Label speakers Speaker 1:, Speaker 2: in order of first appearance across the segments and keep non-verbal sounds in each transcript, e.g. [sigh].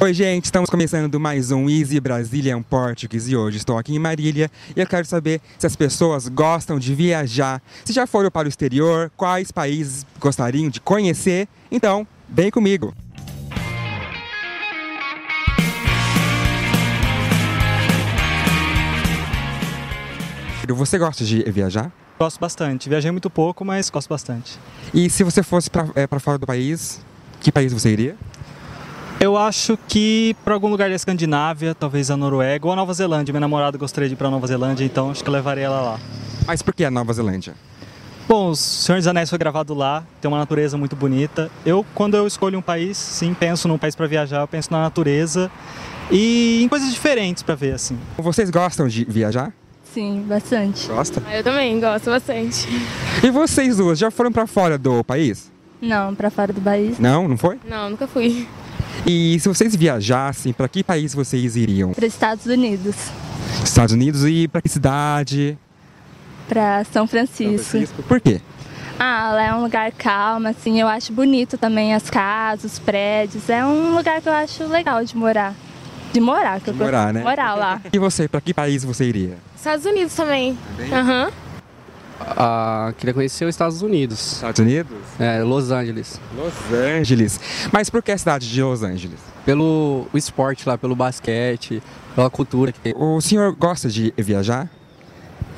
Speaker 1: Oi, gente, estamos começando mais um Easy Brazilian Portuguese e hoje estou aqui em Marília e eu quero saber se as pessoas gostam de viajar, se já foram para o exterior, quais países gostariam de conhecer. Então, vem comigo! Você gosta de viajar?
Speaker 2: Gosto bastante. Viajei muito pouco, mas gosto bastante.
Speaker 1: E se você fosse para é, pra fora do país, que país você iria?
Speaker 2: Eu acho que para algum lugar da Escandinávia, talvez a Noruega ou a Nova Zelândia. Minha namorada gostaria de ir para Nova Zelândia, então acho que eu levaria ela lá.
Speaker 1: Mas por que a Nova Zelândia?
Speaker 2: Bom, o Senhor dos Anéis foi gravado lá, tem uma natureza muito bonita. Eu, quando eu escolho um país, sim, penso num país para viajar, eu penso na natureza e em coisas diferentes para ver, assim.
Speaker 1: Vocês gostam de viajar?
Speaker 3: Sim, bastante.
Speaker 1: Gosta?
Speaker 4: Eu também gosto bastante.
Speaker 1: E vocês duas já foram para fora do país?
Speaker 3: Não, pra fora do país.
Speaker 1: Não, não foi?
Speaker 4: Não, nunca fui.
Speaker 1: E se vocês viajassem, para que país vocês iriam?
Speaker 3: Pra Estados Unidos.
Speaker 1: Estados Unidos e para que cidade?
Speaker 3: Pra São Francisco.
Speaker 1: Por quê?
Speaker 3: Ah, lá é um lugar calmo, assim. Eu acho bonito também as casas, os prédios. É um lugar que eu acho legal de morar. De morar, que eu
Speaker 1: De morar,
Speaker 3: gosto de
Speaker 1: né?
Speaker 3: morar lá.
Speaker 1: E você, para que país você iria?
Speaker 4: Estados Unidos também. Aham.
Speaker 5: Ah, queria conhecer os Estados Unidos,
Speaker 1: Estados Unidos?
Speaker 5: é, Los Angeles,
Speaker 1: Los Angeles. Mas por que a cidade de Los Angeles?
Speaker 5: pelo o esporte lá, pelo basquete, pela cultura que tem.
Speaker 1: O senhor gosta de viajar?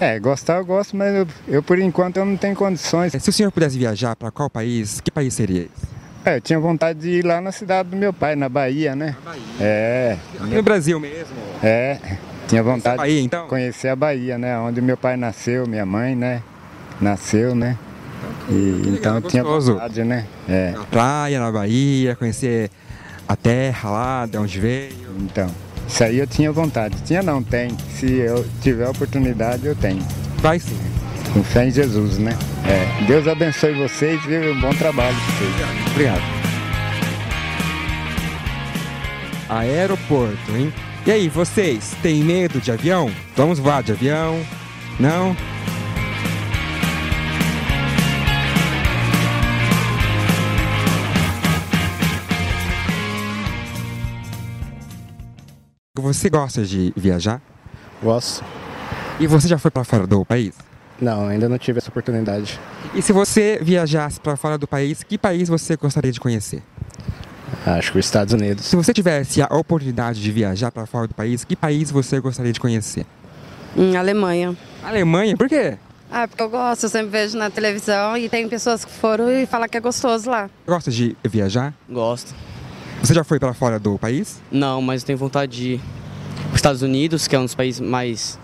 Speaker 6: É, gostar eu gosto, mas eu, eu, por enquanto eu não tenho condições.
Speaker 1: Eh, Se o senhor pudesse viajar para qual país, que país seria esse?
Speaker 6: É, eu tinha vontade de ir lá na cidade do meu pai, na Bahia, né? É,
Speaker 1: No Brasil mesmo?
Speaker 6: é. Tinha vontade
Speaker 1: Bahia,
Speaker 6: de
Speaker 1: então?
Speaker 6: conhecer a Bahia, né? Onde meu pai nasceu, minha mãe, né? Nasceu, né? E, então eu tinha
Speaker 1: Ah, gostoso.
Speaker 6: vontade, né? É,
Speaker 1: Na praia, na Bahia, conhecer a terra lá, de onde veio.
Speaker 6: então. Isso aí eu tinha vontade. Tinha não, tem. Se eu tiver oportunidade, eu tenho.
Speaker 1: Vai sim.
Speaker 6: Com fé em Jesus, né? É. Deus abençoe vocês e um bom trabalho pra vocês.
Speaker 1: Obrigado. Aeroporto, hein? E aí, vocês têm medo de avião? Vamos voar de avião? Não? Você gosta de viajar?
Speaker 7: Gosto.
Speaker 1: E você já foi para fora do país?
Speaker 7: Não, ainda não tive essa oportunidade.
Speaker 1: E se você viajasse para fora do país, que país você gostaria de conhecer?
Speaker 7: Acho que os Estados Unidos.
Speaker 1: Se você tivesse a oportunidade de viajar para fora do país, que país você gostaria de conhecer?
Speaker 8: Em Alemanha.
Speaker 1: Alemanha? Por quê?
Speaker 8: Ah, porque eu gosto, eu sempre vejo na televisão e tem pessoas que foram e falam que é gostoso lá.
Speaker 1: Gosta de viajar?
Speaker 5: Gosto.
Speaker 1: Você já foi para fora do país?
Speaker 5: Não, mas eu tenho vontade de ir para os Estados Unidos, que é um dos países mais,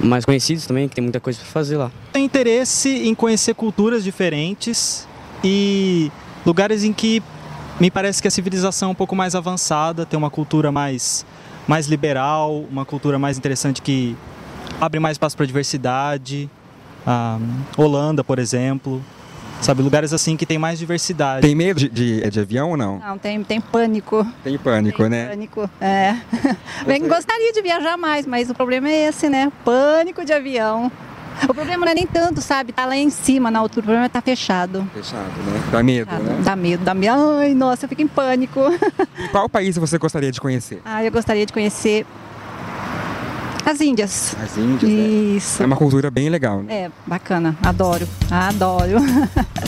Speaker 5: mais conhecidos também, que tem muita coisa para fazer lá.
Speaker 2: Tenho interesse em conhecer culturas diferentes e lugares em que me parece que a civilização é um pouco mais avançada, tem uma cultura mais, mais liberal, uma cultura mais interessante que abre mais espaço para a diversidade. Ah, Holanda, por exemplo. Sabe, lugares assim que tem mais diversidade.
Speaker 1: Tem medo de, de, de avião ou não?
Speaker 9: Não, tem, tem pânico.
Speaker 1: Tem pânico,
Speaker 9: tem
Speaker 1: né?
Speaker 9: Pânico, [laughs] é. Bem, que gostaria de viajar mais, mas o problema é esse, né? Pânico de avião. O problema não é nem tanto, sabe? Tá lá em cima, na altura. O problema é tá fechado.
Speaker 1: Fechado, né? Dá medo,
Speaker 9: Ah,
Speaker 1: né?
Speaker 9: Dá medo, dá medo. Ai, nossa, eu fico em [laughs] pânico.
Speaker 1: E qual país você gostaria de conhecer?
Speaker 9: Ah, eu gostaria de conhecer as Índias.
Speaker 1: As Índias, né?
Speaker 9: Isso.
Speaker 1: É uma cultura bem legal, né?
Speaker 9: É, bacana. Adoro. Adoro. [laughs]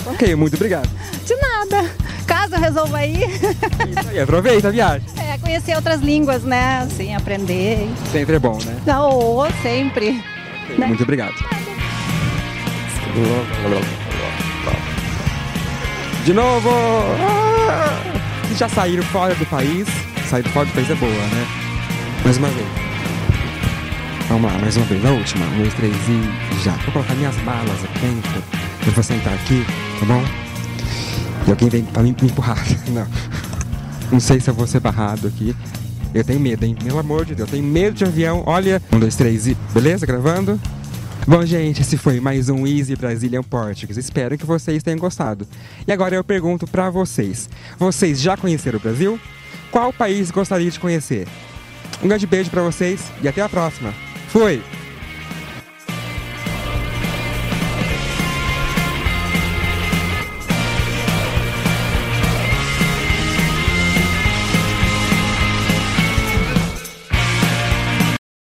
Speaker 1: Ok, muito [laughs] obrigado.
Speaker 9: De nada. Caso eu resolva ir,
Speaker 1: Isso aí, aproveita a viagem.
Speaker 9: é conhecer outras línguas, né? Assim, aprender.
Speaker 1: Sempre é bom, né?
Speaker 9: Não, ou sempre. Né?
Speaker 1: Muito obrigado. De novo! Ah! Já saíram fora do país. Sair fora do país é boa, né? Mais uma vez. Vamos lá, mais uma vez. A última. Um, dois, três e já. Vou colocar minhas malas aqui dentro. Eu vou sentar aqui, tá bom? E alguém vem pra mim me empurrar. [laughs] Não. Não sei se eu vou ser barrado aqui. Eu tenho medo, hein? Pelo amor de Deus, eu tenho medo de avião. Olha. Um, dois, três e. Beleza? Gravando? Bom, gente, esse foi mais um Easy Brazilian Portuguese. Espero que vocês tenham gostado. E agora eu pergunto pra vocês: vocês já conheceram o Brasil? Qual país gostaria de conhecer? Um grande beijo pra vocês e até a próxima. Fui!